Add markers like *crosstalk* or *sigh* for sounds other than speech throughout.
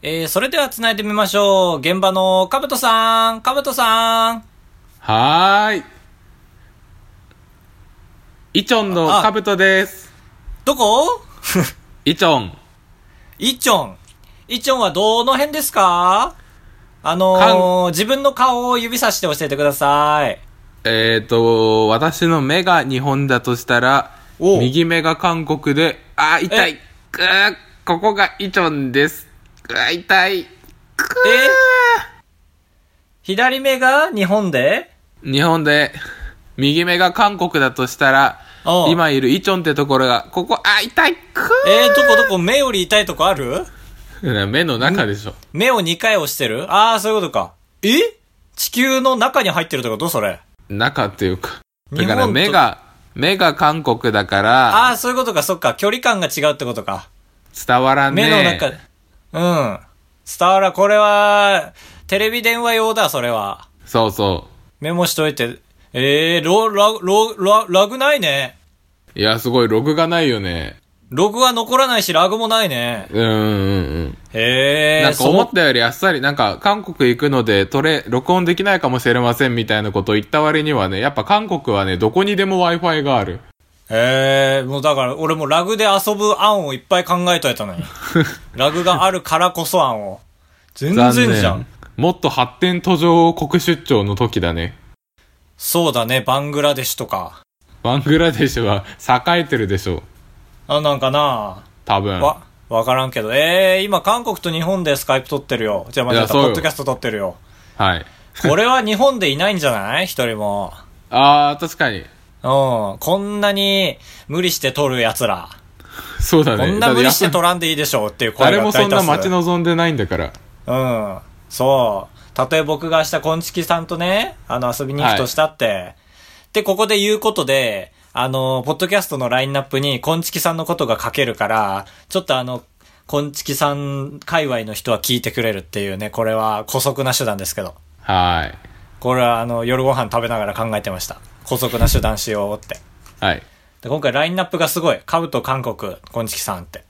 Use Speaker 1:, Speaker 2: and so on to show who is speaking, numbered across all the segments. Speaker 1: えー、それでは繋いでみましょう。現場のかぶとさん、かぶとさん。
Speaker 2: はーい。イチョンの
Speaker 1: あ
Speaker 2: カブトです。
Speaker 1: どこ
Speaker 2: イチョン、
Speaker 1: イチョン。イチョンはどの辺ですかあのー、
Speaker 2: か
Speaker 1: 自分の顔を指さして教えてください。
Speaker 2: えっ、ー、と、私の目が日本だとしたら、
Speaker 1: おう
Speaker 2: 右目が韓国で、あー、痛い。くーここがイチョンです。くー痛い。く
Speaker 1: 左目が日本で
Speaker 2: ー日本で、右目が韓国だとしたら
Speaker 1: お、う
Speaker 2: 今いるイチョンってところが、ここ、あー、痛い。く
Speaker 1: えー、どこどこ目より痛いとこある
Speaker 2: ー目の中でしょ。
Speaker 1: 目を2回押してるあー、そういうことか。え地球の中に入ってるってことそれ。
Speaker 2: 中っていうか。だ
Speaker 1: 日
Speaker 2: か
Speaker 1: 本
Speaker 2: ら
Speaker 1: と
Speaker 2: 目が、目が韓国だから、
Speaker 1: あー、そういうことか、そっか。距離感が違うってことか。
Speaker 2: 伝わらね
Speaker 1: 目
Speaker 2: え。
Speaker 1: の中、うん。伝わら、これは、テレビ電話用だ、それは。
Speaker 2: そうそ
Speaker 1: メモしといて。えー、ロ、ラ、ロ、ラ、ラグないね。
Speaker 2: う。いや、すごい、ログがないよね。
Speaker 1: ログは残らないし、ラグもないね。
Speaker 2: うんうんうん。
Speaker 1: へえー、
Speaker 2: なんか
Speaker 1: そ
Speaker 2: 思ったよりあっさり、なんか韓国行くので、トレ、録音できないかもしれませんみたいなことを言った割にはね、やっぱ韓国はね、どこにでも Wi-Fi がある。
Speaker 1: ええー、もうだから、俺もラグで遊ぶ案をいっぱい考えといた
Speaker 2: *laughs*
Speaker 1: のに。ラグがあるからこそ案を。全然じゃん。
Speaker 2: もっと発展途上国出張の時だね。
Speaker 1: そうだね、バングラデシュとか。
Speaker 2: バングラデシュは栄えてるでしょ。
Speaker 1: あ、なんかな
Speaker 2: 多分。
Speaker 1: わ、わからんけど。ええー、今韓国と日本でスカイプ撮ってるよ。じゃあま
Speaker 2: い
Speaker 1: た
Speaker 2: やそう
Speaker 1: ポ
Speaker 2: よ
Speaker 1: ッドキャスト撮ってるよ。
Speaker 2: はい。
Speaker 1: *laughs* これは日本でいないんじゃない一人も。
Speaker 2: あー、確かに。
Speaker 1: うん。こんなに無理して撮る奴ら。
Speaker 2: そうだね。
Speaker 1: こんな無理して
Speaker 2: だ
Speaker 1: 撮らんでいいでしょうっていう
Speaker 2: ってやっぱ
Speaker 1: 声が大
Speaker 2: 誰もそん
Speaker 1: 多
Speaker 2: な
Speaker 1: 数
Speaker 2: 待ち望んでないんだから。
Speaker 1: うん。そう。たとえ僕が明日、こんちきさんとね、あの、遊びに行くとしたって。で、ここで言うことで、あの、ポッドキャストのラインナップに、こんちきさんのことが書けるから、ちょっとあの、こんちきさん界隈の人は聞いてくれるっていうね、これは、古速な手段ですけど。
Speaker 2: は
Speaker 1: これは、あの、夜ご飯食べながら考えてました。古速な手段しようって。
Speaker 2: い。はい。
Speaker 1: で、今回ラインナップがすごい。カブと韓国、こんちきさんって。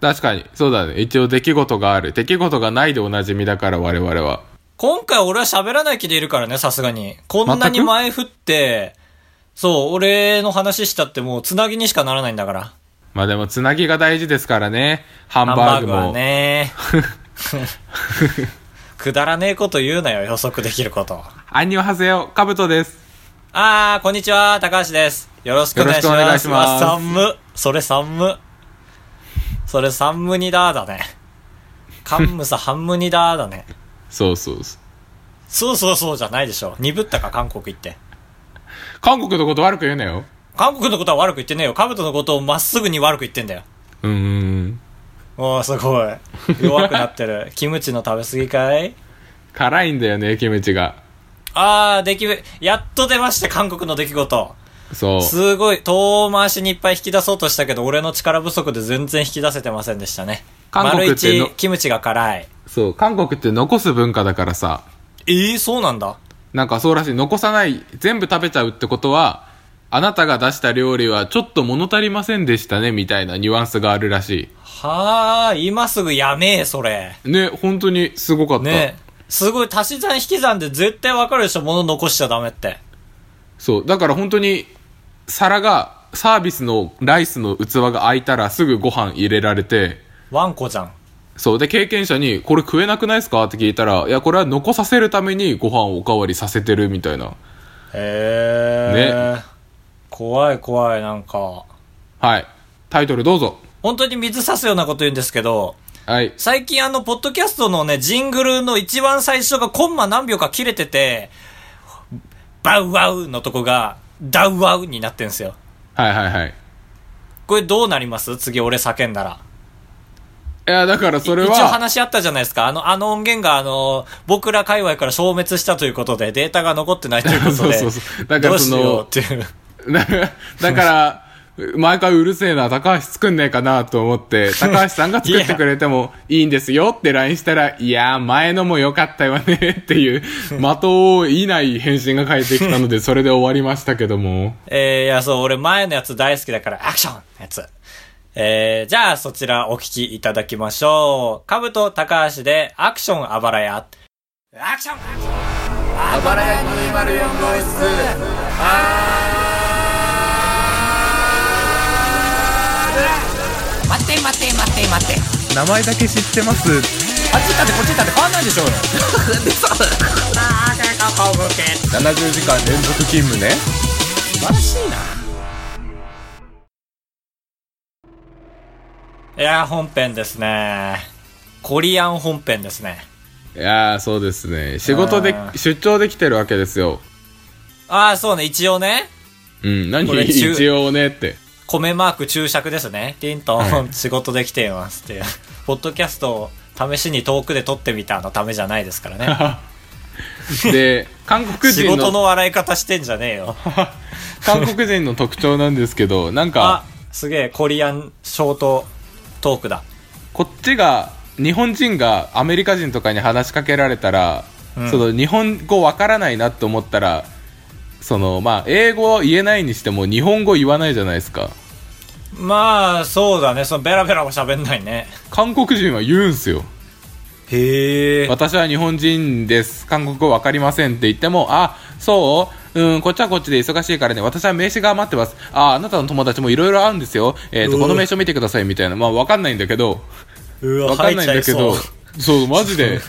Speaker 2: 確かに、そうだね。一応出来事がある。出来事がないでおなじみだから、我々は。
Speaker 1: 今回俺は喋らない気でいるからね、さすがに。こんなに前振って、そう、俺の話したってもうつなぎにしかならないんだから。
Speaker 2: まあでも、つなぎが大事ですからね。ハン
Speaker 1: ハンバ
Speaker 2: バー
Speaker 1: ー
Speaker 2: グ
Speaker 1: グ
Speaker 2: も。
Speaker 1: はね。 *laughs* くだらねえこと言うなよ、予測できること。
Speaker 2: アンニョハセヨ、カブトです。
Speaker 1: あー、こんにちは、高橋です。よろしくお願いします。
Speaker 2: よろしくお願いします
Speaker 1: あ寒っそれ寒っそれ寒むにだーだね。寒むさ半むにだーだね。
Speaker 2: そうそうそう。
Speaker 1: そうそうそうじゃないでしょ。鈍ったか、韓国行って。
Speaker 2: 韓国のこと悪く言うなよ。
Speaker 1: 韓国のことは悪く言ってねえよ。カブトのことをまっすぐに悪く言ってんだよ。
Speaker 2: うーん。
Speaker 1: おー、すごい。弱くなってる。キムチの食べ過ぎかい
Speaker 2: 辛いんだよね、キムチが。
Speaker 1: あー、できる。やっと出ました、韓国の出来事。
Speaker 2: そう。
Speaker 1: すごい。遠回しにいっぱい引き出そうとしたけど、俺の力不足で全然引き出せてませんでしたね。
Speaker 2: 韓国っての
Speaker 1: 丸一、キムチが辛い。
Speaker 2: そう。韓国って残す文化だからさ。
Speaker 1: えー、そうなんだ。
Speaker 2: なんかそうらしい。残さない、全部食べちゃうってことは、あなたが出した料理はちょっと物足りませんでしたね、みたいなニュアンスがあるらし
Speaker 1: はー、今すぐやめえ、それ。
Speaker 2: い。ね、本当にすごかった。
Speaker 1: ねえ。すごい、足し算引き算で絶対わかるでしょ、物残しちゃダメって。
Speaker 2: そう。だから本当に、皿が、サービスのライスの器が空いたらすぐご飯入れられて、
Speaker 1: ワンコじゃん。
Speaker 2: そう。で、経験者に、これ食えなくないですかって聞いたら、いや、これは残させるためにご飯をおかわりさせてるみたいな。
Speaker 1: へえ。怖い怖い、なんか。
Speaker 2: はい。タイトルどうぞ。
Speaker 1: 本当に水差すようなこと言うんですけど、
Speaker 2: はい。
Speaker 1: 最近あの、ポッドキャストのね、ジングルの一番最初がコンマ何秒か切れてて、バウワウのとこが、ダウワウになってんすよ。
Speaker 2: はいはいはい。
Speaker 1: これどうなります次俺叫んだら。
Speaker 2: いや、だからそれは、
Speaker 1: 一応話し合ったじゃないですか。あの、あの音源があの、僕ら界隈から消滅したということで、データが残ってないということで。
Speaker 2: *laughs* そうそうそうだから
Speaker 1: どうしようっていう。
Speaker 2: だ *laughs* だから、毎回うるせえな、高橋作んねえかなと思って、高橋さんが作ってくれてもいいんですよって LINE したら、いやー、前のも良かったよねっていう、的をいない返信が返ってきたので、それで終わりましたけども。
Speaker 1: えー、いや、そう、俺前のやつ大好きだから、アクションのやつ。えー、じゃあそちらお聞きいただきましょう。かぶと高橋でアクションあばらや。アクションあばらや204号室
Speaker 3: 待て待て待て待て
Speaker 2: 名前だけ知ってます
Speaker 3: あっち行ったってこっち行ったって変わんないでしょうよ
Speaker 2: 70時間連続勤務ね
Speaker 3: 素晴らしいない
Speaker 1: やー、本編ですね。コリアン本編ですね。
Speaker 2: いやーそうですね仕事で
Speaker 1: あー
Speaker 2: 出張できてるわけですよ
Speaker 1: ああ、そうね、一応ね。
Speaker 2: うん何
Speaker 1: これ中
Speaker 2: 一応ねって
Speaker 1: 米マーク注釈ですね。ティントン、仕事できていますっていう。ポッドキャストを試しに遠くで撮ってみたのためじゃないですからね。 *laughs*
Speaker 2: で韓国
Speaker 1: 仕
Speaker 2: 人
Speaker 1: 事
Speaker 2: の
Speaker 1: の笑い方してんじゃねえよ。
Speaker 2: 韓国人の特徴なんですけどなん
Speaker 1: あ
Speaker 2: か、
Speaker 1: すげえ、コリアンショートトークだ。
Speaker 2: こっちが日本人がアメリカ人とかに話しかけられたら、
Speaker 1: うん
Speaker 2: その日本語わからないなって思ったらそのまあ英語を言えないにしても日本語言わないじゃないですか
Speaker 1: まあ、そうだね。そのベラベラも喋んないね。
Speaker 2: 韓国人は言うんすよ
Speaker 1: へえ。
Speaker 2: 私は日本人です韓国語わかりませんって言ってもあそううんこっちはこっちで忙しいからね私は名刺が待ってますああなたの友達もいろいろ会うんですよ、えー、と
Speaker 1: うわ
Speaker 2: この名刺を見てくださいみたいなまあわかんないんだけど
Speaker 1: うわ、
Speaker 2: わか
Speaker 1: 入
Speaker 2: ん
Speaker 1: っ
Speaker 2: ないん
Speaker 1: ちゃ
Speaker 2: だ
Speaker 1: いそ
Speaker 2: けど
Speaker 1: う。
Speaker 2: そうマジで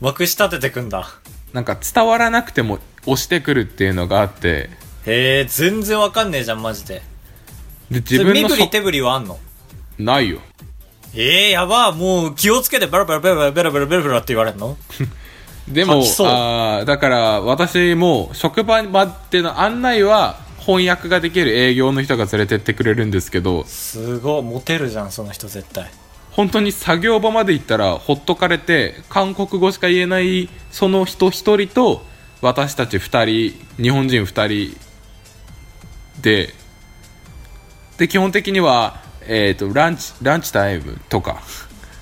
Speaker 1: まくし立ててくんだ。
Speaker 2: なんか伝わらなくても押してくるっていうのがあって
Speaker 1: へえ、全然わかんねえじゃん、マジで。
Speaker 2: で自分
Speaker 1: 身
Speaker 2: の
Speaker 1: 振り
Speaker 2: そ
Speaker 1: 手振りはあんの
Speaker 2: ないよ
Speaker 1: ええやばもう気をつけてベラベラベラベラベラベラベラって言われるの
Speaker 2: でも
Speaker 1: 吐きそう
Speaker 2: あーだから私も職場までの案内は翻訳ができる営業の人が連れてってくれるんですけど
Speaker 1: すごい、モテるじゃん、その人絶対。
Speaker 2: 本当に作業場まで行ったらほっとかれて韓国語しか言えないその人一人と私たち二人日本人二人でで基本的には、えー、とランチランチタイムとか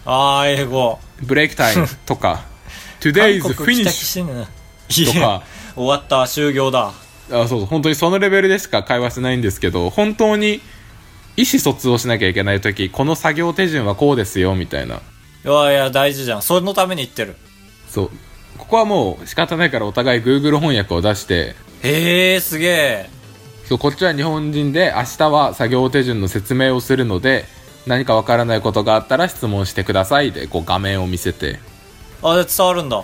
Speaker 1: ああ、英語。
Speaker 2: ブレイクタイム
Speaker 1: *laughs*
Speaker 2: とか Today
Speaker 1: 韓
Speaker 2: is
Speaker 1: 国
Speaker 2: finish
Speaker 1: 来た気しね
Speaker 2: と
Speaker 1: えな。
Speaker 2: か
Speaker 1: 終わった、終業だ。
Speaker 2: あそうそう本当にそのレベルでしか会話しないんですけど本当に意思疎通をしなきゃいけない時この作業手順はこうですよみたいない
Speaker 1: やいや、大事じゃん。そのために言ってる。
Speaker 2: そうここはもう仕方ないからお互い Google 翻訳を出して
Speaker 1: へえ、すげえ。
Speaker 2: そうこっちは日本人で明日は作業手順の説明をするので何かわからないことがあったら質問してくださいでこう画面を見せて
Speaker 1: あ、で伝わるんだ。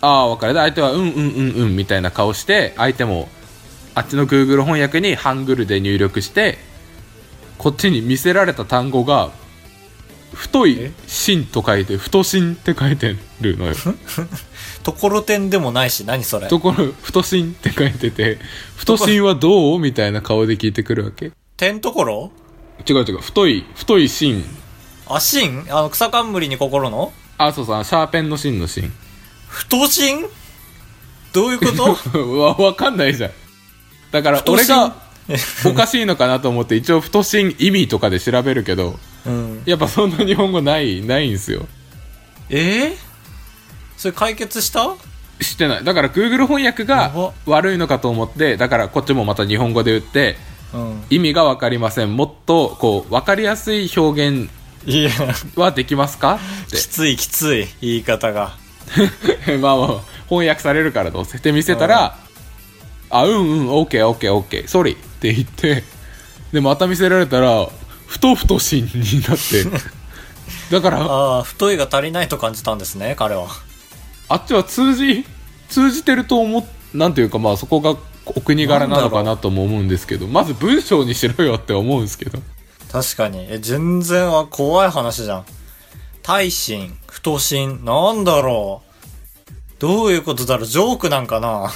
Speaker 2: ああ分かるで相手はうんうんうんうんみたいな顔して相手もあっちの Google 翻訳にハングルで入力してこっちに見せられた単語が太い「芯」と書いて「太芯」って書いてるのよ
Speaker 1: ところてんでもないし、何それ。
Speaker 2: ところ「太芯」って書いてて「太芯はどう?」みたいな顔で聞いてくるわけ
Speaker 1: てんところ
Speaker 2: 違う違う太い太い芯
Speaker 1: あ、芯あの、草冠に心の
Speaker 2: あそうそうシャーペンの芯の芯
Speaker 1: 太芯どういうこと
Speaker 2: *laughs* わ分かんないじゃんだから俺がおかしいのかなと思って一応太芯意味とかで調べるけど
Speaker 1: うん。
Speaker 2: やっぱそんな日本語ないないんですよ
Speaker 1: ええそれ解決した
Speaker 2: 知ってないだから Google 翻訳
Speaker 1: やば
Speaker 2: が悪いのかと思ってだからこっちもまた日本語で言って
Speaker 1: うん。
Speaker 2: 意味が分かりませんもっとこう分かりやすい表現
Speaker 1: いや、
Speaker 2: はできますか
Speaker 1: きついきつい、言い方が。
Speaker 2: って *laughs* まあまあ翻訳されるからどうせって見せたら「あうんうん OKOKOK ソリ」って言ってでまた見せられたらふとふとしんになってだから
Speaker 1: ああ、太いが足りないと感じたんですね、彼は。
Speaker 2: あっちは通じ通じてると思っなんていうかまあそこがお国柄なのかなとも思うんですけどまず文章にしろよって思うんですけど
Speaker 1: 確かに。え、全然、あ、怖い話じゃん。大心、太心、なんだろう。どういうことだろう、ジョークなんかな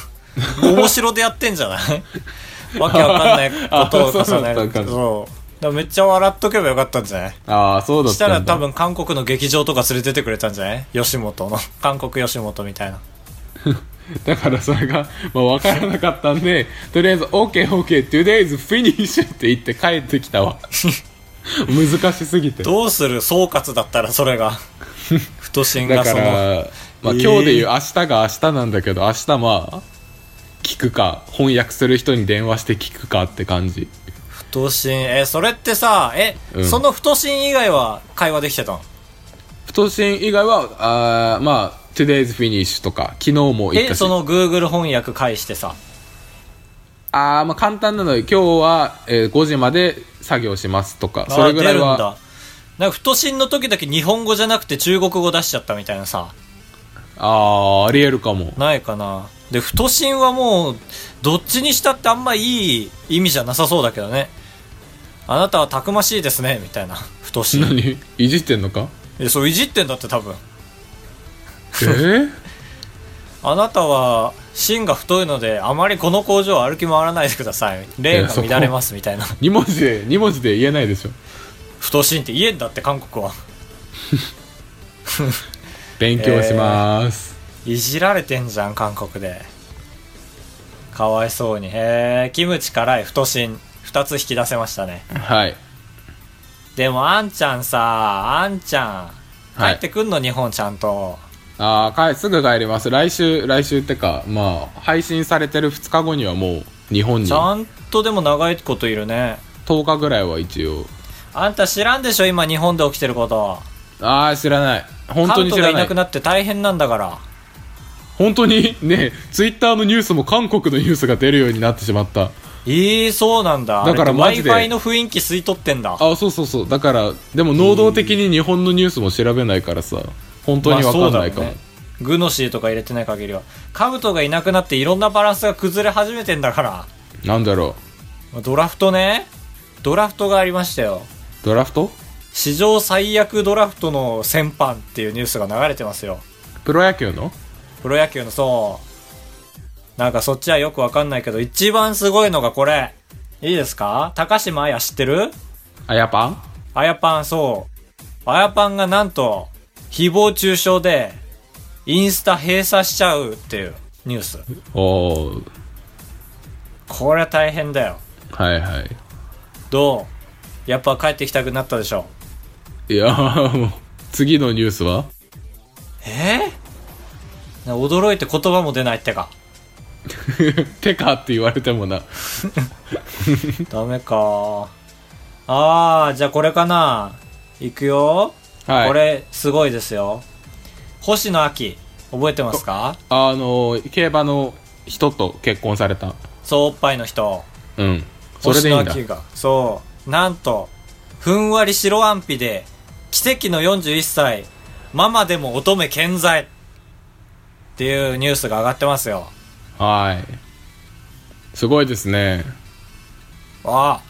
Speaker 1: 面白でやってんじゃない
Speaker 2: *laughs*
Speaker 1: わけわかんないことを重ね
Speaker 2: あそうだっ
Speaker 1: る
Speaker 2: た。んだ
Speaker 1: そう。だからめっちゃ笑っとけばよかったんじゃない
Speaker 2: ああそうだっ
Speaker 1: した
Speaker 2: た
Speaker 1: ら
Speaker 2: んだ
Speaker 1: 多分韓国の劇場とか連れてってくれたんじゃない吉本の。韓国吉本みたいな。
Speaker 2: だからそれが、まあ、分からなかったんでとりあえず OKOKToday's finish って言って帰ってきたわ *laughs* 難しすぎて
Speaker 1: どうする総括だったらそれが。太心
Speaker 2: だ
Speaker 1: が
Speaker 2: か
Speaker 1: その。
Speaker 2: ら、まあ、今
Speaker 1: えー
Speaker 2: 日でいう明日が明日なんだけど明日まあ聞くか翻訳する人に電話して聞くかって感じ
Speaker 1: 頭身、えーそれってさ、え、
Speaker 2: うん
Speaker 1: その太身以外は会話できてたの
Speaker 2: 不当心以外は、あーまあ、today's finish とか、昨日も行っ
Speaker 1: え、
Speaker 2: たし。
Speaker 1: その Google 翻訳返してさ。
Speaker 2: あーまあ簡単なので、今日は、えー5時まで作業しますとか、それぐら
Speaker 1: あ出
Speaker 2: い
Speaker 1: るん
Speaker 2: は、
Speaker 1: だ。なんか太身の時だけ日本語じゃなくて中国語出しちゃったみたいなさ。
Speaker 2: あーありえるかも。
Speaker 1: ないかな。で、太身はもう、どっちにしたってあんまいい意味じゃなさそうだけどね。あなたはたくましいですね、みたいな。太身。
Speaker 2: *laughs* 何いじってん
Speaker 1: *laughs*
Speaker 2: のか
Speaker 1: え、そういじってんだって多分。
Speaker 2: えー、
Speaker 1: あなたは芯が太いのであまりこの工場を歩き回らないでくださいレーンが乱れますみたいな
Speaker 2: 二文字で、二文字で言えないでしょ。
Speaker 1: 太芯って言えんだって韓国は
Speaker 2: 勉強します。
Speaker 1: いじられてんじゃん韓国でかわいそうにへえキムチ辛い太芯2つ引き出せましたね
Speaker 2: はい。
Speaker 1: でもあんちゃんさあんちゃん
Speaker 2: はい
Speaker 1: 帰ってくんの、日本ちゃんと
Speaker 2: ああ、帰すぐ帰ります。来週、来週ってか、まあ、配信されてる2日後にはもう、日本に
Speaker 1: ちゃんとでも長いこといるね
Speaker 2: 10日ぐらいは一応。
Speaker 1: あんた知らんでしょ今日本で起きてること
Speaker 2: ああ、知らない。本当に知
Speaker 1: カントが
Speaker 2: ら
Speaker 1: い
Speaker 2: な。
Speaker 1: ないくなって大変なんだから
Speaker 2: 本当にね、ツイッターのニュースも韓国のニュースが出るようになってしまった。
Speaker 1: ええそうなんだ
Speaker 2: だからマジで
Speaker 1: w i f i の雰囲気吸い取ってんだ
Speaker 2: あそうそうそうだからでも能動的に日本のニュースも調べないからさ本当に分かんないかも、
Speaker 1: まあそうだろうねグノシーとか入れてない限りはカブトがいなくなっていろんなバランスが崩れ始めてんだから
Speaker 2: なんだろ
Speaker 1: まあドラフトねドラフトがありましたよ
Speaker 2: うドラフト
Speaker 1: 史上最悪ドラフトの戦犯っていうニュースが流れてますよ
Speaker 2: プロ野球の
Speaker 1: プロ野球のそうなんかそっちはよくわかんないけど一番すごいのがこれいいですか高島彩知ってる
Speaker 2: あやパン
Speaker 1: あやパン、そう。あやパンがなんと、誹謗中傷で、インスタ閉鎖しちゃうっていうニュース。
Speaker 2: おー
Speaker 1: これは大変だよ。
Speaker 2: はいはい
Speaker 1: どうやっぱ帰ってきたくなったでしょ。
Speaker 2: いや *laughs* ーもう次のニュースは *laughs*
Speaker 1: えー、な驚いて言葉も出ないってか。
Speaker 2: てかって言われてもな
Speaker 1: ダメか。あー、じゃあこれかな。いくよ。
Speaker 2: はい
Speaker 1: これ、すごいですよ。星野秋、覚えてますか
Speaker 2: あのー競馬の人と結婚された
Speaker 1: そう、おっぱいの人。
Speaker 2: うんそれでいいんだ
Speaker 1: 星野秋がそうなんとふんわり白あんぴで奇跡の41歳ママでも乙女健在っていうニュースが上がってますよ
Speaker 2: はいすごいですね
Speaker 1: あ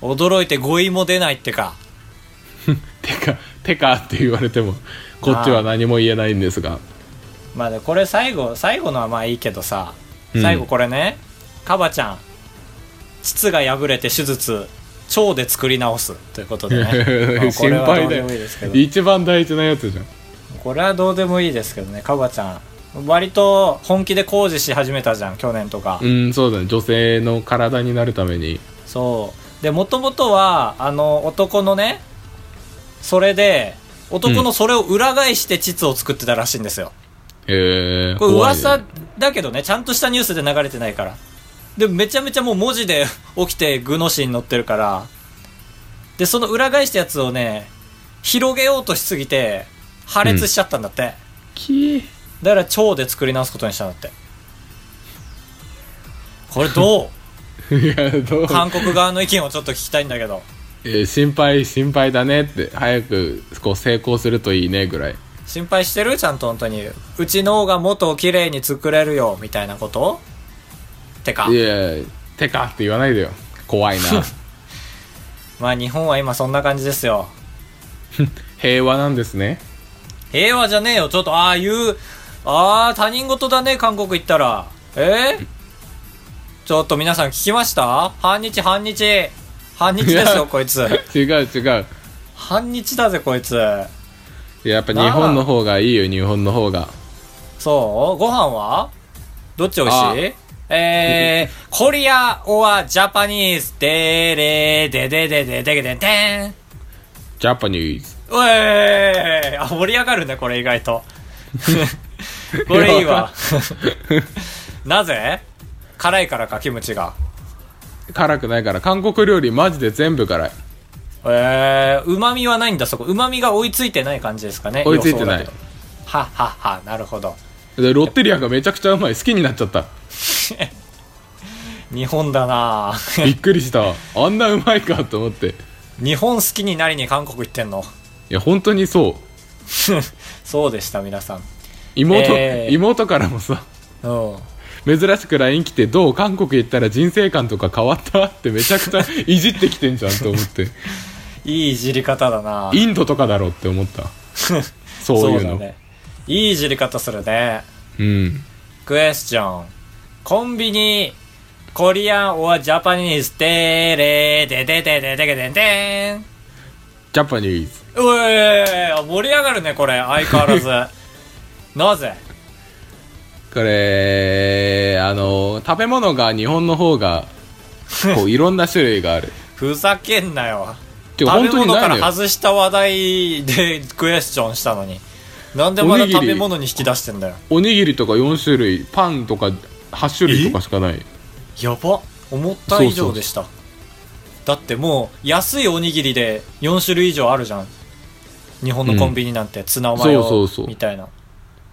Speaker 1: あ驚いて語彙も出ないってか
Speaker 2: てかてかって言われてもこっちは何も言えないんです *laughs* が
Speaker 1: まあねこれ最後最後のはまあいいけどさ
Speaker 2: うん
Speaker 1: 最後これね、カバちゃん膣が破れて手術腸で作り直すということで
Speaker 2: *laughs*
Speaker 1: ね
Speaker 2: 心配だ
Speaker 1: まあこれはどうで
Speaker 2: よ
Speaker 1: もいいですけど
Speaker 2: 一番大事なやつじゃん
Speaker 1: これはどうでもいいですけどねカバちゃん割と本気で工事し始めたじゃん去年とか、
Speaker 2: うんそうだね女性の体になるために
Speaker 1: そうでもともとはあの男のねそれで男のそれを裏返して膣を作ってたらしいんですよ、
Speaker 2: えー、
Speaker 1: これ
Speaker 2: 怖いね
Speaker 1: 噂だけどねちゃんとしたニュースで流れてないからでめちゃめちゃもう文字で *laughs* 起きてグノシーに載ってるからでその裏返したやつをね広げようとしすぎて破裂しちゃったんだって、
Speaker 2: き
Speaker 1: だから腸で作り直すことにしたんだってこれ
Speaker 2: *laughs*
Speaker 1: ど
Speaker 2: *laughs* いやどう
Speaker 1: う韓国側の意見をちょっと聞きたいんだけど
Speaker 2: えー心配心配だねって早くこう成功するといいねぐらい
Speaker 1: 心配してるちゃんと本当にうちの方がもっと綺麗に作れるよみたいなことてか
Speaker 2: いやてかって言わないでよ怖い
Speaker 1: *laughs*
Speaker 2: な
Speaker 1: まあ日本は今そんな感じですよ
Speaker 2: 平和なんで
Speaker 1: *laughs*
Speaker 2: すね
Speaker 1: 平和じゃねえよちょっとああいうああ他人事だね韓国行ったらえーちょっと皆さん聞きました半日半日半日です
Speaker 2: い
Speaker 1: よ
Speaker 2: や
Speaker 1: こいつ
Speaker 2: 違う違う
Speaker 1: 半日だぜこいつ
Speaker 2: いややっぱ日本の方がいいよ日本の方が
Speaker 1: そうご飯はどっち美味しいえー、コリア・オア・ジャパニーズ、デーレー、デデデデデデデデン
Speaker 2: ジャパニーズ
Speaker 1: うえーいあ、盛り上がるね、これ意外
Speaker 2: *laughs*
Speaker 1: と。これいいわ。なぜ辛いからか、キムチが。
Speaker 2: 辛くないから韓国料理マジで全部辛い
Speaker 1: えー、旨味はないんだ、そこ。旨味が追いついてない感じですかね。
Speaker 2: 追いついてない
Speaker 1: 予想だけどはっはっは、なるほど。
Speaker 2: でロッテリアがめちゃくちゃうまい好きになっち
Speaker 1: *laughs*
Speaker 2: ゃった
Speaker 1: 日本だな
Speaker 2: びっくりしたあんなうまいかと思ってい
Speaker 1: *laughs* 日本好きになりに韓国行ってんの。 *laughs*
Speaker 2: や本当にそう
Speaker 1: そうでした、皆さん。
Speaker 2: 妹、
Speaker 1: えー
Speaker 2: 妹からもさ
Speaker 1: うん。
Speaker 2: 珍しく LINE 来てどう韓国行ったら人生観とか変わったってめちゃくちゃいじってきてんじゃんと
Speaker 1: *laughs*
Speaker 2: 思って
Speaker 1: いいいじり方だな
Speaker 2: インドとかだろうって思ったそういうの
Speaker 1: だね。いいいじり方するね。
Speaker 2: うん
Speaker 1: クエスチョン。コンビニ、コリアン or ジャパニーズ、テレデデデデデデデデン。
Speaker 2: ジャパニーズ
Speaker 1: うえー、盛り上がるね、これ。相変わらず。 *laughs* なぜ
Speaker 2: これあの食べ物が日本の方がこういろんな種類がある
Speaker 1: *laughs* ふざけんなよ。
Speaker 2: てか
Speaker 1: 食べ
Speaker 2: 本当に
Speaker 1: 物
Speaker 2: な
Speaker 1: か
Speaker 2: いの
Speaker 1: ら
Speaker 2: よ
Speaker 1: 外した話題でクエスチョンしたのに。なんでまだ食べ物に引き出してんだよ。
Speaker 2: おにぎりとか4種類パンとか8種類とかしかない
Speaker 1: やば思った以上でしただってもう安いおにぎりで4種類以上あるじゃん日本のコンビニなんてツナマヨ
Speaker 2: そうそうそう
Speaker 1: みたいな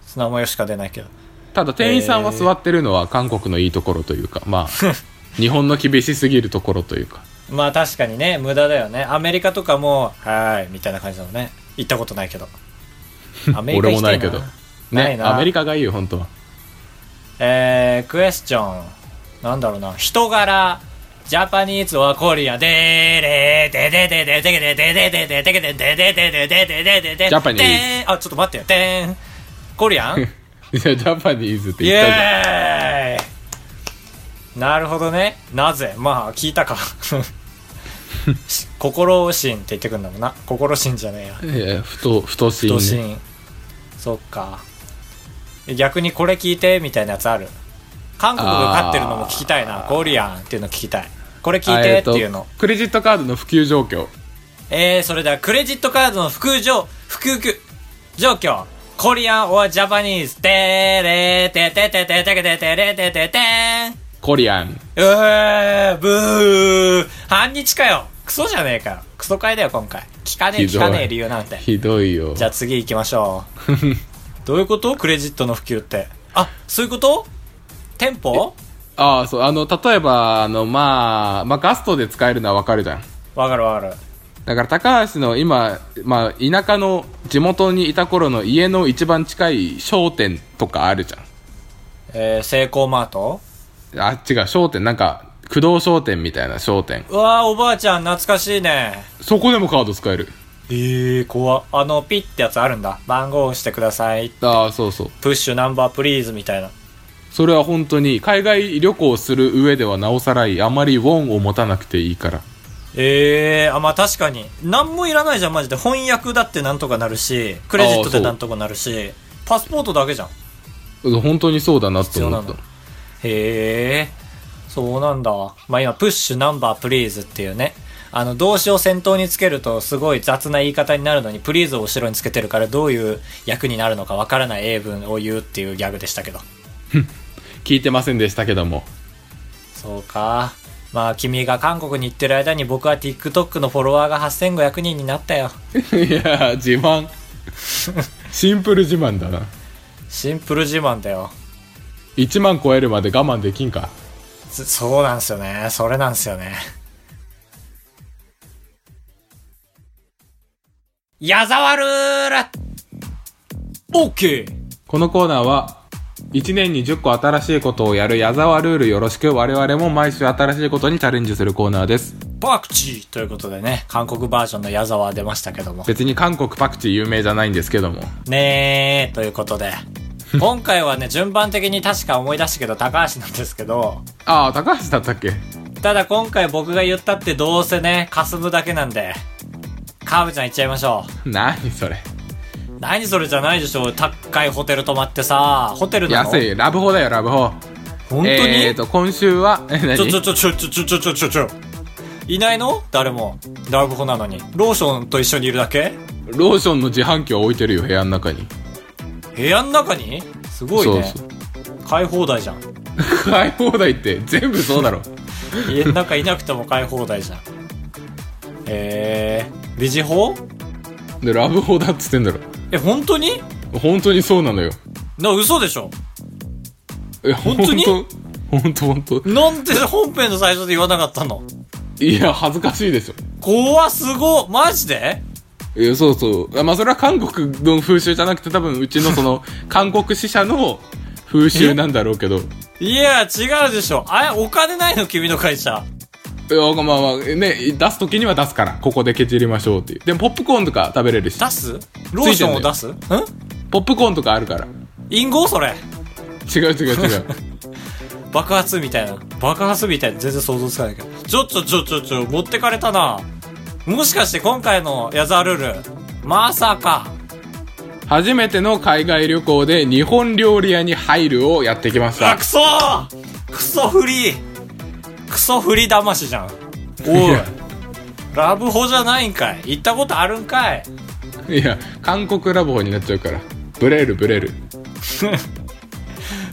Speaker 1: ツナマヨしか出ないけど
Speaker 2: ただ店員さんは座ってるのは韓国のいいところというか
Speaker 1: *laughs*
Speaker 2: まあ日本の厳しすぎるところというか
Speaker 1: まあ確かにね無駄だよねアメリカとかもはーいみたいな感じだもんね行ったことないけどアメリカ
Speaker 2: *laughs* 俺
Speaker 1: 行
Speaker 2: も
Speaker 1: き
Speaker 2: な
Speaker 1: たい
Speaker 2: い
Speaker 1: な
Speaker 2: けど
Speaker 1: ない
Speaker 2: ね
Speaker 1: な
Speaker 2: アメリカがいいよ本当は *laughs*
Speaker 1: えー、クエスチョンなんだろうな人柄ジャパニーズはコリアでーれーでででででででででででででででででででで
Speaker 2: ジャパニーズ
Speaker 1: でーんあちょっと待ってよでーんコリアン
Speaker 2: いやジャパニーズって
Speaker 1: イ
Speaker 2: 言ったじゃん
Speaker 1: エーイなるほどねなぜまあ聞いたかし心心って言ってくんだもんな心心じゃねえや
Speaker 2: いやふとふとし
Speaker 1: ドシ
Speaker 2: んね
Speaker 1: ーンそっか逆にこれ聞いてみたいなやつある韓国が勝ってるのも聞きたいなコリアンっていうの聞きたいこれ聞い
Speaker 2: あえ
Speaker 1: て
Speaker 2: ー
Speaker 1: って
Speaker 2: と
Speaker 1: いうの
Speaker 2: クレジットカードの普及状況
Speaker 1: えー、それではクレジットカードの普及状普及状況コリアン or ジャパニーズてれててててててててれてててん
Speaker 2: コリアン
Speaker 1: うえーブー半日かよクソじゃねえかよクソ会だよ今回聞かねえ
Speaker 2: ひど
Speaker 1: 聞
Speaker 2: い
Speaker 1: かねえ理由なんて
Speaker 2: ひどいよ
Speaker 1: じゃあ次行きましょう。どういうことクレジットの普及って。あ、そういうこと店舗
Speaker 2: ああ、そう、あの、例えば、あの、まあ、まあ、ガストで使えるのはわかるじゃん。
Speaker 1: わかるわかる。
Speaker 2: だから、高橋の今、まあ、田舎の地元にいた頃の家の一番近い商店とかあるじゃ
Speaker 1: えー、セイコーマート
Speaker 2: ん。あ、違う、商店、なんか、駆動商店みたいな商店。
Speaker 1: うわー、おばあちゃん懐かしいね。
Speaker 2: そこでもカード使える。
Speaker 1: えー、怖っあの、ピッってやつあるんだ。番号を押してください。
Speaker 2: ああ、そうそう。
Speaker 1: プッシュナンバープリーズみたいな。
Speaker 2: それは本当に、海外旅行する上ではなおさらいい、あまりウォンを持たなくていいから。
Speaker 1: えー、あ、まあ確かに。なんもいらないじゃん、マジで。翻訳だってなんとかなるし、クレジット
Speaker 2: あーそ
Speaker 1: で
Speaker 2: う
Speaker 1: なんとかなるし、パスポートだけじゃん。
Speaker 2: 本当にそうだなと思っ
Speaker 1: 必要な
Speaker 2: た
Speaker 1: の。へえ、そうなんだ。まあ今、プッシュナンバープリーズっていうね。あの、動詞を先頭につけるとすごい雑な言い方になるのに、プリーズを後ろにつけてるからどういう役になるのかわからない英文を言うっていうギャグでしたけど。
Speaker 2: 聞いてませんでしたけども。 *laughs*
Speaker 1: そうか。まあ君が韓国に行ってる間に僕は TikTok のフォロワーが8500人になったよ。
Speaker 2: いやー自慢 *laughs* シンプル自慢だな
Speaker 1: シンプル自慢だよ。
Speaker 2: 1万超えるまで我慢できんか
Speaker 1: そそうなんすよね。それなんすよね。矢沢ルールオッケー
Speaker 2: このコーナーは1年に10個新しいことをやる矢沢ルールよろしく我々も毎週新しいことにチャレンジするコーナーです
Speaker 1: パクチーということでね、韓国バージョンの矢沢出ましたけども。
Speaker 2: 別に韓国パクチー有名じゃないんですけども
Speaker 1: ねー、ということ *laughs* で。今回はね、順番的に確か思い出したけど、高橋なんですけど、
Speaker 2: ああ高橋だったっけ
Speaker 1: ただ今回僕が言ったってどうせね、霞むだけなんで、カーブちゃん行っちゃいましょう。
Speaker 2: 何それ
Speaker 1: 何それじゃないでしょ高いホテル泊まってさ、ホテルなの
Speaker 2: 安いラブホだよラブホ
Speaker 1: 本当に、
Speaker 2: えーと今週はえ何
Speaker 1: ちょちょちょちょちょちょちょちょちょちょいないの誰もラブホなのにローションと一緒にいるだけ
Speaker 2: ローションの自販機を置いてるよ部屋の中に
Speaker 1: 部屋の中にすごいね
Speaker 2: そう
Speaker 1: 買い放題じゃん
Speaker 2: 買い放題って全部そうだろ
Speaker 1: いなんかいなくても買い放題じゃん。えー、ビジホ
Speaker 2: で、ラブホだっつってんだろ。
Speaker 1: え、本当に
Speaker 2: 本当にそうなのよ。
Speaker 1: な、嘘でしょ
Speaker 2: え、
Speaker 1: 本当に
Speaker 2: 本当本当本当
Speaker 1: なんで本編の最初で言わなかったの
Speaker 2: いや、恥ずかしいでしょ。
Speaker 1: 怖すごっマジで
Speaker 2: いやそうそうあまあそれは韓国の風習じゃなくて多分うちの
Speaker 1: *laughs*
Speaker 2: その韓国支社の風習なんだろうけどい
Speaker 1: いや、違うでしょ。あれ、お金ないの君の会社。
Speaker 2: やまあまあね出す時には出すからここでケチりましょうっていうでもポップコーンとか食べれるし
Speaker 1: 出すローションを出すん
Speaker 2: ポップコーンとかあるから
Speaker 1: 隠語それ。
Speaker 2: 違う違う違う
Speaker 1: 爆発みたいな。爆発みたいな。全然想像つかないけど。ちょちょちょちょちょ、持ってかれたな。もしかして今回のヤザールール、まさか。
Speaker 2: 初めての海外旅行で日本料理屋に入るをやってきまし
Speaker 1: あ、
Speaker 2: た
Speaker 1: クソークソフリークソフリ騙しじゃん。おい
Speaker 2: いや。
Speaker 1: ラブホじゃないんかい。行ったことあるんかい。
Speaker 2: いや韓国ラボになっちゃうからブレるブレる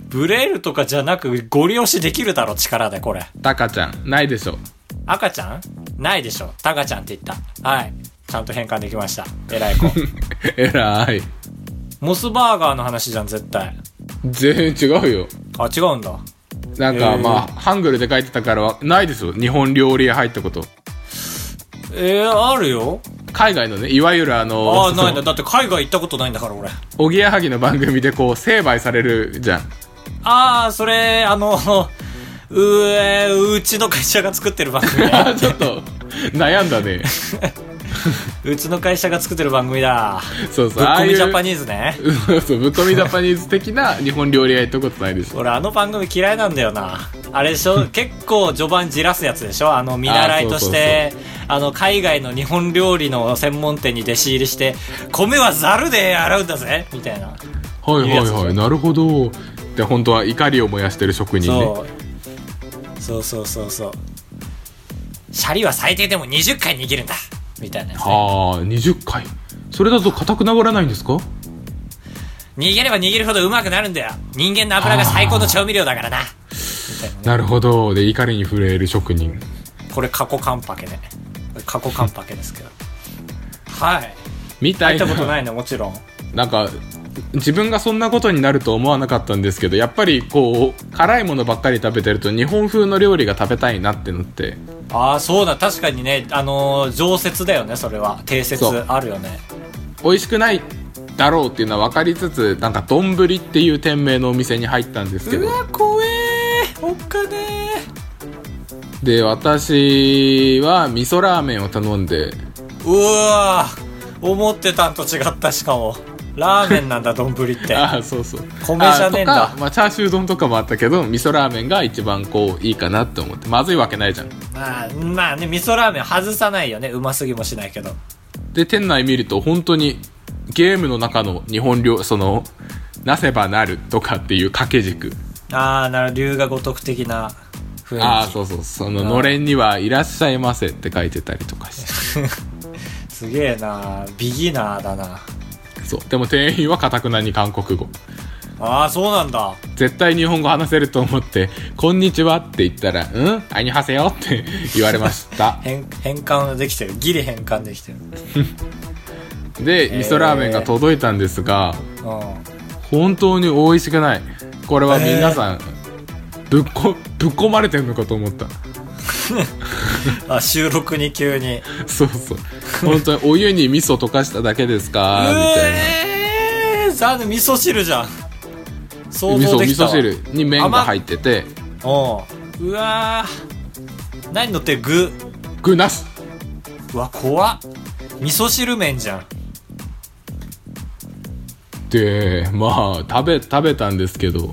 Speaker 1: ブレールとかじゃなく、ゴリ押しできるだろ、力で、これ。
Speaker 2: タカちゃんないでしょ *laughs*
Speaker 1: 赤ちゃんないでしょ。タカちゃんって言った。はい。ちゃんと変換できました。えらい
Speaker 2: *laughs*
Speaker 1: 子。
Speaker 2: えらい
Speaker 1: モスバーガーの話じゃん、絶対。
Speaker 2: 全然違うよ
Speaker 1: あ、違うんだ。
Speaker 2: なん
Speaker 1: え
Speaker 2: か
Speaker 1: ー
Speaker 2: まあ、ハングルで書いてたからはないですよ日本料理屋入ったこと
Speaker 1: えー、あるよ。
Speaker 2: 海外のねいわゆるあの
Speaker 1: あー、ないんだ。
Speaker 2: その
Speaker 1: だって海外行ったことないんだから、俺。
Speaker 2: おぎやはぎの番組でこう成敗されるじゃん
Speaker 1: あー、それ、あの、 *laughs* うえー、うちの会社が作ってる番組だ *laughs*
Speaker 2: あ *laughs* ちょっと悩んだね
Speaker 1: うちの会社が作ってる番組だ。
Speaker 2: そう
Speaker 1: ぶ
Speaker 2: そう
Speaker 1: っ
Speaker 2: ああ
Speaker 1: こ
Speaker 2: い
Speaker 1: み
Speaker 2: う
Speaker 1: ジャパニーズね。
Speaker 2: *laughs* そうそうぶっこみジャパニーズ的な日本料理屋行ったことないです
Speaker 1: 俺、あの番組嫌いなんだよな。あれでしょ *laughs* 結構序盤じらすやつでしょあの、見習いとして、あの、海外の日本料理の専門店に弟子入りして、米はザルで洗うんだぜみたいな。
Speaker 2: はいい
Speaker 1: いや
Speaker 2: はい
Speaker 1: つ
Speaker 2: はいなるほどで本当は怒りを燃やしてる職人ね
Speaker 1: そうそうそうそうそうシャリは最低でも20回握るんだみたいなやつ、ね、
Speaker 2: はあ20回それだと硬くならないんですか
Speaker 1: 握れば握るほどうまくなるんだよ人間の油が最高の調味料だからなみたいなね
Speaker 2: なるほどで怒りに震える職人
Speaker 1: これ過去カンパケねこれ過去カンパケですけどはい
Speaker 2: みた
Speaker 1: 入
Speaker 2: い
Speaker 1: っ
Speaker 2: な
Speaker 1: たことないねもちろん
Speaker 2: なんか自分がそんなことになると思わなかったんですけどやっぱりこう辛いものばっかり食べてると日本風の料理が食べたいなってなって
Speaker 1: ああそうだ確かにねあのー常設だよねそれは定説
Speaker 2: そう
Speaker 1: あるよね
Speaker 2: 美味しくないだろうっていうのは分かりつつなんか丼っていう店名のお店に入ったんですけ
Speaker 1: う
Speaker 2: ど
Speaker 1: わ怖えーおっかね
Speaker 2: で私は味噌ラーメンを頼んで
Speaker 1: ーうわー思ってたんと違ったしかもラーメンなんだ丼って
Speaker 2: *laughs* ああそうそう
Speaker 1: 米じゃねえんだ
Speaker 2: あーとか、まあ、チャーシュー丼とかもあったけど味噌ラーメンが一番こういいかなって思ってまずいわけないじゃん
Speaker 1: まあ、まあね、味噌ラーメン外さないよね。うますぎもしないけど。
Speaker 2: で店内見ると本当にゲームの中の日本料そのなせばなるとかっていう掛け軸
Speaker 1: ああ、なるほど、龍が如く的な雰囲気。
Speaker 2: ああそうそうそののれんにはいらっしゃいませって書いてたりとかして
Speaker 1: すげえなビギナーだな。
Speaker 2: そうでも店員はかたくなに韓国語
Speaker 1: ああ、そうなんだ。
Speaker 2: 絶対日本語話せると思って「こんにちは」って言ったら「うんあにはせよ」って言われま
Speaker 1: *laughs*
Speaker 2: した
Speaker 1: 変、変換できてる。ギリ変換できてる。
Speaker 2: で味噌ラーメンが届いたんですが
Speaker 1: う
Speaker 2: 本当に美味しくないこれは皆さんぶっこぶっ込まれてんのかと思った *laughs*
Speaker 1: ん。あ、収録に急に。
Speaker 2: そうそう。本当にお湯に味噌溶かしただけです
Speaker 1: う
Speaker 2: かみたいな。
Speaker 1: えー、残念、味噌汁じゃん。想
Speaker 2: 味噌、
Speaker 1: 像で
Speaker 2: 味
Speaker 1: きた
Speaker 2: 噌
Speaker 1: わ。
Speaker 2: 汁に麺が入ってて、
Speaker 1: うん。うわー何乗ってる具。
Speaker 2: 具なし
Speaker 1: うわ、怖っ。味噌汁麺じゃん。
Speaker 2: で、まあ、食べ、食べたんですけど、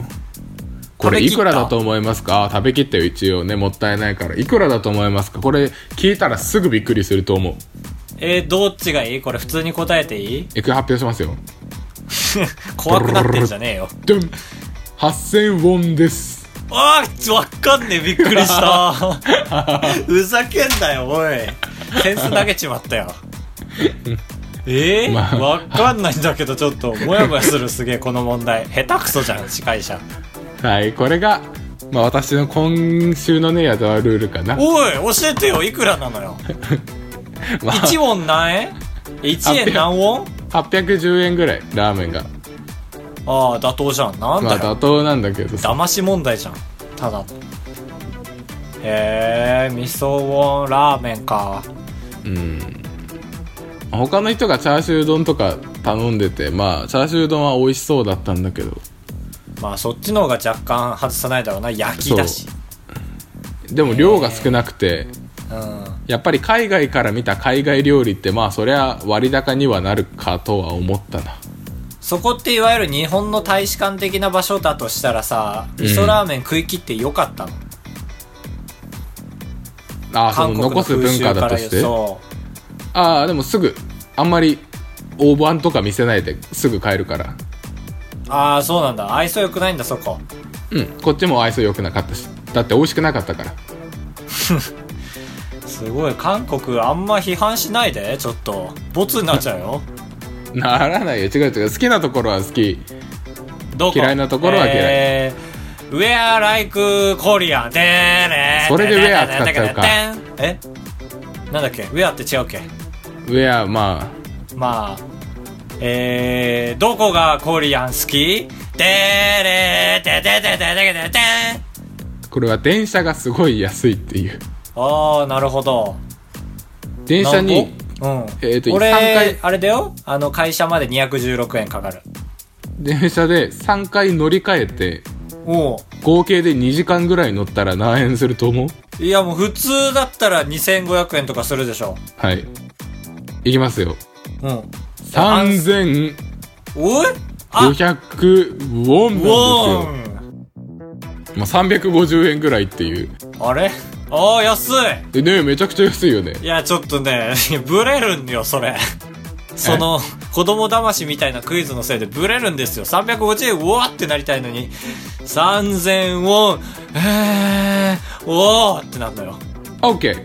Speaker 2: こ
Speaker 1: 食べきっ
Speaker 2: れい
Speaker 1: た
Speaker 2: くらだと思いますかあ食べきったよ、一応ね、もったいないから。いくらだと思いますかこれ聞いたらすぐびっくりすると思う。
Speaker 1: えー、どっちがいいこれ普通に答えていい
Speaker 2: いくら発表しますよ。
Speaker 1: 怖くなってんじゃねえよ。
Speaker 2: ドゥン !8000 ウォンです。
Speaker 1: あーちょわかんねえ、びっくりした。
Speaker 2: *laughs*
Speaker 1: ふざけんなよ、おい。点数投げちまった
Speaker 2: *laughs*
Speaker 1: よ。えー
Speaker 2: まあ
Speaker 1: わかんないんだけど、ちょっと、もやもやするすげえ、この問題。下手くそじゃん、司会者。
Speaker 2: はい、これが、まあ私の今週のね、宿はルールかな。
Speaker 1: おい、教えてよ、いくらなのよ。
Speaker 2: まあ
Speaker 1: 1ウォン何円 ?1 円何ウォン
Speaker 2: 810円ぐらい、ラーメンが。
Speaker 1: ああ、妥当じゃん。なん
Speaker 2: ま
Speaker 1: だ
Speaker 2: あ
Speaker 1: よ。
Speaker 2: 妥当なんだけどさ。
Speaker 1: 騙し問題じゃん。ただの。へえ、味噌ウォンラーメンか。
Speaker 2: うん。他の人がチャーシュー丼とか頼んでて、まあチャーシュー丼は美味しそうだったんだけど。
Speaker 1: まあそっちの方が若干外さないだろうな。焼きだし。
Speaker 2: でも量が少なくて、
Speaker 1: うん。
Speaker 2: やっぱり海外から見た海外料理ってまあそりゃ割高にはなるかとは思ったな。
Speaker 1: そこっていわゆる日本の大使館的な場所だとしたらさ、味噌ラーメン食い切ってよかったの。
Speaker 2: ああ、そ
Speaker 1: 韓
Speaker 2: の
Speaker 1: 国の
Speaker 2: 残す
Speaker 1: 風
Speaker 2: 文
Speaker 1: 習
Speaker 2: 化
Speaker 1: か
Speaker 2: だと
Speaker 1: ら
Speaker 2: して。
Speaker 1: そ
Speaker 2: ああ、でもすぐ、あんまり大判とか見せないですぐ買えるから。
Speaker 1: う。ああ、そうなんだ。愛想良くないんだ、そこ。
Speaker 2: うん、こっちも愛想良くなかったし。だって美味しくなかったから。
Speaker 1: すごい、韓国あんま批判しないで、ちょっと。ボツになっちゃうよ。
Speaker 2: ならないよ。違う違う。好きなところは好き。
Speaker 1: どこ
Speaker 2: 嫌いなところは嫌い
Speaker 1: えー、Where like Korea でーねー
Speaker 2: それで where 使っちゃうか
Speaker 1: えなんだっけ ?Where って違うっけ
Speaker 2: ウェア、ま
Speaker 1: まあ、えー、どこがコリアン好きでーれーてててててててん
Speaker 2: あ、これは電車がすごい安いっていう。
Speaker 1: あー、なるほど。
Speaker 2: 電車に、
Speaker 1: なんぼうん。
Speaker 2: えーと
Speaker 1: 俺
Speaker 2: 三回
Speaker 1: あれだよあの、会社まで216円かかる。
Speaker 2: 電車で3回乗り換えて、
Speaker 1: おう
Speaker 2: 合計で2時間ぐらい乗ったら何円すると思う
Speaker 1: いや、もう普通だったら2500円とかするでしょ。
Speaker 2: はい。いきますよ。
Speaker 1: うん。
Speaker 2: 3500
Speaker 1: おい
Speaker 2: ウ
Speaker 1: あ、
Speaker 2: ォンなんです
Speaker 1: ウォ
Speaker 2: よ。
Speaker 1: ーン
Speaker 2: まあ、350円ぐらいっていう。
Speaker 1: あれああ、安い
Speaker 2: でねめちゃくちゃ安いよね。
Speaker 1: いや、ちょっとね、 *laughs* ブレるんよ、それ。その、子供騙しみたいなクイズのせいでブレるんですよ。350円、うわってなりたいのに、3000ウォン、えー、おーってなんだよ。
Speaker 2: あオッケー。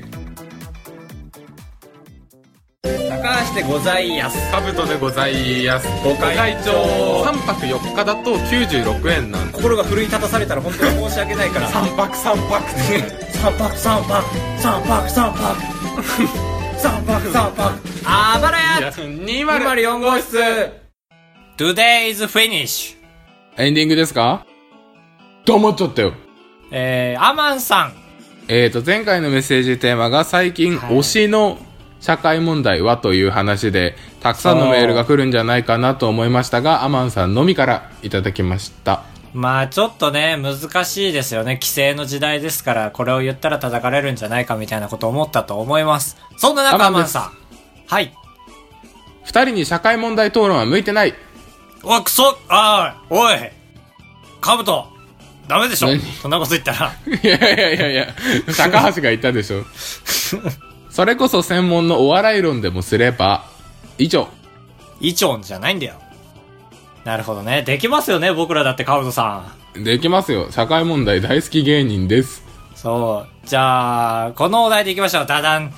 Speaker 1: 高橋でございやす。
Speaker 2: カブトでございます。ご
Speaker 1: 会長
Speaker 2: 3泊4日だと96円なんで。
Speaker 1: 心が奮い立たされたら本当に申し訳ないから。3泊3泊。3泊3泊。3泊3泊。3泊3泊。あばらや
Speaker 2: 204号室
Speaker 1: !Today's finish!
Speaker 2: エンディングですかと思っちゃったよ。
Speaker 1: えー、アマンさん。
Speaker 2: えー、と、前回のメッセージテーマが最近推しの社会問題はという話で、たくさんのメールが来るんじゃないかなと思いましたが、アマンさんのみからいただきました。
Speaker 1: まあちょっとね、難しいですよね。規制の時代ですから、これを言ったら叩かれるんじゃないかみたいなこと思ったと思います。そんな中、
Speaker 2: ア
Speaker 1: ア
Speaker 2: マン
Speaker 1: マ
Speaker 2: で
Speaker 1: ン
Speaker 2: す
Speaker 1: さん。はい。
Speaker 2: 二人に社会問題討論は向いてない。
Speaker 1: おい、くそあーおいカブトダメでしょ
Speaker 2: 何
Speaker 1: そんなこと言ったら。
Speaker 2: いやいやいやいや、高橋が言ったでしょ。それこそ専門のお笑い論でもすれば、以上。
Speaker 1: イチョンじゃないんだよ。なるほどね。できますよね、僕らだってカブトさ
Speaker 2: できますよ。社会問題大好き芸人です。
Speaker 1: ん。そう。じゃあ、このお題でいきましょう。ダダン。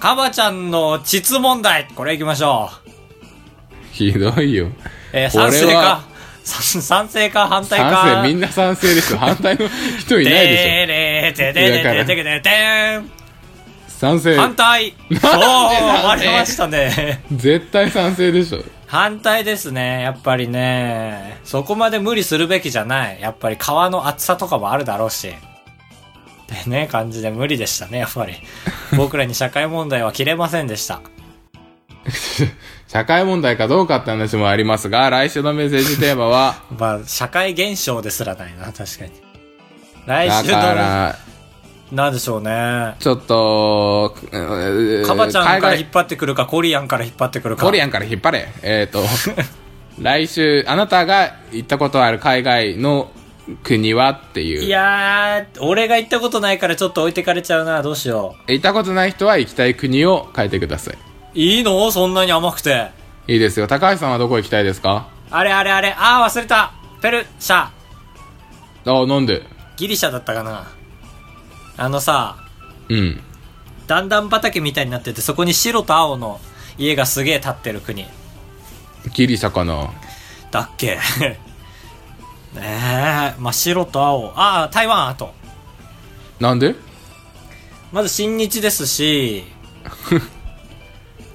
Speaker 1: カバちゃんの膣問題。これいきましょう。
Speaker 2: ひどいよ。
Speaker 1: えー、
Speaker 2: これは
Speaker 1: 賛成か。さ賛成か反対か。
Speaker 2: 賛成、みんな賛成ですよ。反対の人いないでしょ。
Speaker 1: でーれーてでででででででーん
Speaker 2: 賛成
Speaker 1: 反対そう終わりましたね。
Speaker 2: 絶対賛成でしょ
Speaker 1: 反対ですね、やっぱりね。そこまで無理するべきじゃない。やっぱり皮の厚さとかもあるだろうし。ってね、感じで無理でしたね、やっぱり。僕らに社会問題は切れませんでした。
Speaker 2: 社会問題かどうかって話もありますが来週のメッセージテーマは
Speaker 1: まあ、社会現象ですらないな、確かに。来
Speaker 2: だ
Speaker 1: 週の
Speaker 2: か、ら
Speaker 1: なんでしょうね。
Speaker 2: ちょっとえー
Speaker 1: カバちゃんから
Speaker 2: 海
Speaker 1: 引
Speaker 2: 外
Speaker 1: っ張ってくるか、コリアンから引っ張ってくるか。
Speaker 2: コリアンから引っ張れえっ、と *laughs* 来週あなたが行ったことある海外の国はっていう
Speaker 1: いやー、俺が行ったことないからちょっと置いてかれちゃうな。どうしよ。
Speaker 2: 行ったことない人は行きたい国を書いてくださいう
Speaker 1: いいのそんなに甘くて。
Speaker 2: いいですよ高橋さんはどこ行きたいですか
Speaker 1: あれあれあれ、あー忘れた。ペルシャ。
Speaker 2: あなんで
Speaker 1: ギリシャだったかな。あのさ、
Speaker 2: うん
Speaker 1: だんだん畑みたいになってて、そこに白と青の家がすげえ立ってる国。
Speaker 2: ギリシャかな
Speaker 1: だっけ。 *laughs* えー、真っ白と青。ああ、台湾アート。
Speaker 2: なんで
Speaker 1: まず新日ですし、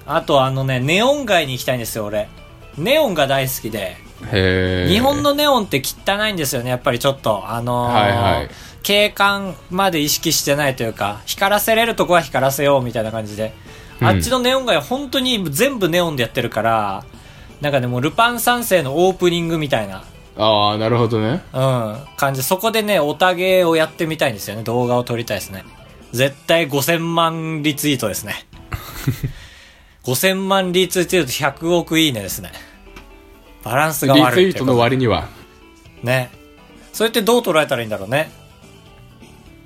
Speaker 1: あとあのね、ネオン街に行きたいんですよ、俺。ネオンが大好きで。
Speaker 2: へえ。
Speaker 1: 日本のネオンって汚いんですよね、やっぱりちょっと。あのー
Speaker 2: はいはい
Speaker 1: 景観まで意識してないというか、光らせれるとこは光らせようみたいな感じで。
Speaker 2: うん
Speaker 1: あっちのネオン街は本当に全部ネオンでやってるから、なんかね、もうルパン三世のオープニングみたいな、
Speaker 2: ああ、なるほどね。
Speaker 1: うん、感じ。そこでね、オタゲーをやってみたいんですよね。動画を撮りたいですね。絶対5000万リツイートです
Speaker 2: *laughs*
Speaker 1: ね。5000万リツイート100億いいねですね。バランス
Speaker 2: リ
Speaker 1: が悪い
Speaker 2: ツイ
Speaker 1: ってい
Speaker 2: ー
Speaker 1: うこ
Speaker 2: ト
Speaker 1: と
Speaker 2: の割には。
Speaker 1: ね。それってどう捉えたらいいんだろうね。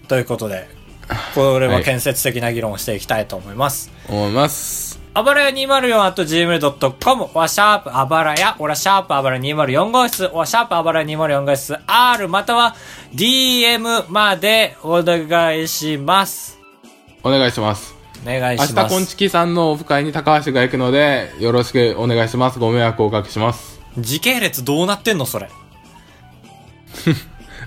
Speaker 1: ということで、これは建設的な議論をしていきたいと思います。
Speaker 2: 思います。
Speaker 1: あばらや 204.gmail.com はシャープあばらや、おらシャープあばら204号室、おらシャープあばら204号室 R または DM までお願いします。
Speaker 2: お願いします。
Speaker 1: お願い
Speaker 2: 明
Speaker 1: し
Speaker 2: 日、
Speaker 1: ます。
Speaker 2: こんちきさんのオフ会に高橋が行くので、よろしくお願いします。ご迷惑をおかけします。
Speaker 1: 時系列どうなってんのそれ。
Speaker 2: *laughs*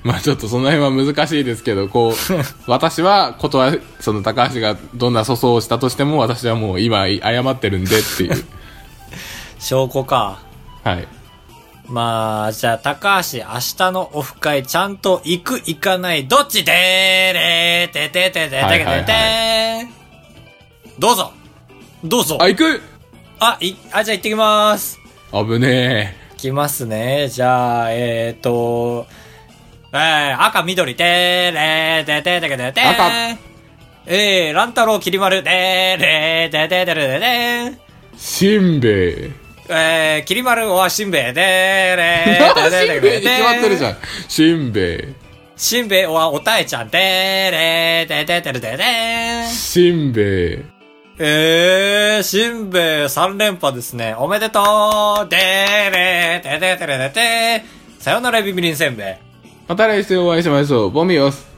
Speaker 2: まあちょっとその辺は難しいですけど、こう、私は断る、その高橋がどんな粗相をしたとしても、私はもう今謝ってるんでっていう。
Speaker 1: 証拠か。
Speaker 2: はい。
Speaker 1: まあ、じゃあ、高橋、明日のオフ会、ちゃんと行く、行かない、どっちでーれーてててててて
Speaker 2: はいはい
Speaker 1: てーんどうぞどうぞ
Speaker 2: あ、行く
Speaker 1: あ、い、あ、じゃあ行ってきます。
Speaker 2: 危ねえ。
Speaker 1: 行きますね。じゃあ、えーと、えー、赤、緑、てーれーててててててーんえー、乱太郎、きり丸、てーれーててててててーん
Speaker 2: しんべヱ。
Speaker 1: えー、きり丸、おはしんべヱ、てー
Speaker 2: *laughs*
Speaker 1: れーてて
Speaker 2: しんべ
Speaker 1: ててて
Speaker 2: ヱ
Speaker 1: てーん
Speaker 2: に決まってるじゃん。しんべヱ。
Speaker 1: しんべヱはおたえちゃん、てーれー、てててるててーん
Speaker 2: しんべヱ。
Speaker 1: えー、しんべヱ3連覇ですね。おめでとうてーれー、てててるててーさよならビビリンせんべい。
Speaker 2: また来週お会いしましょう。ボミオス。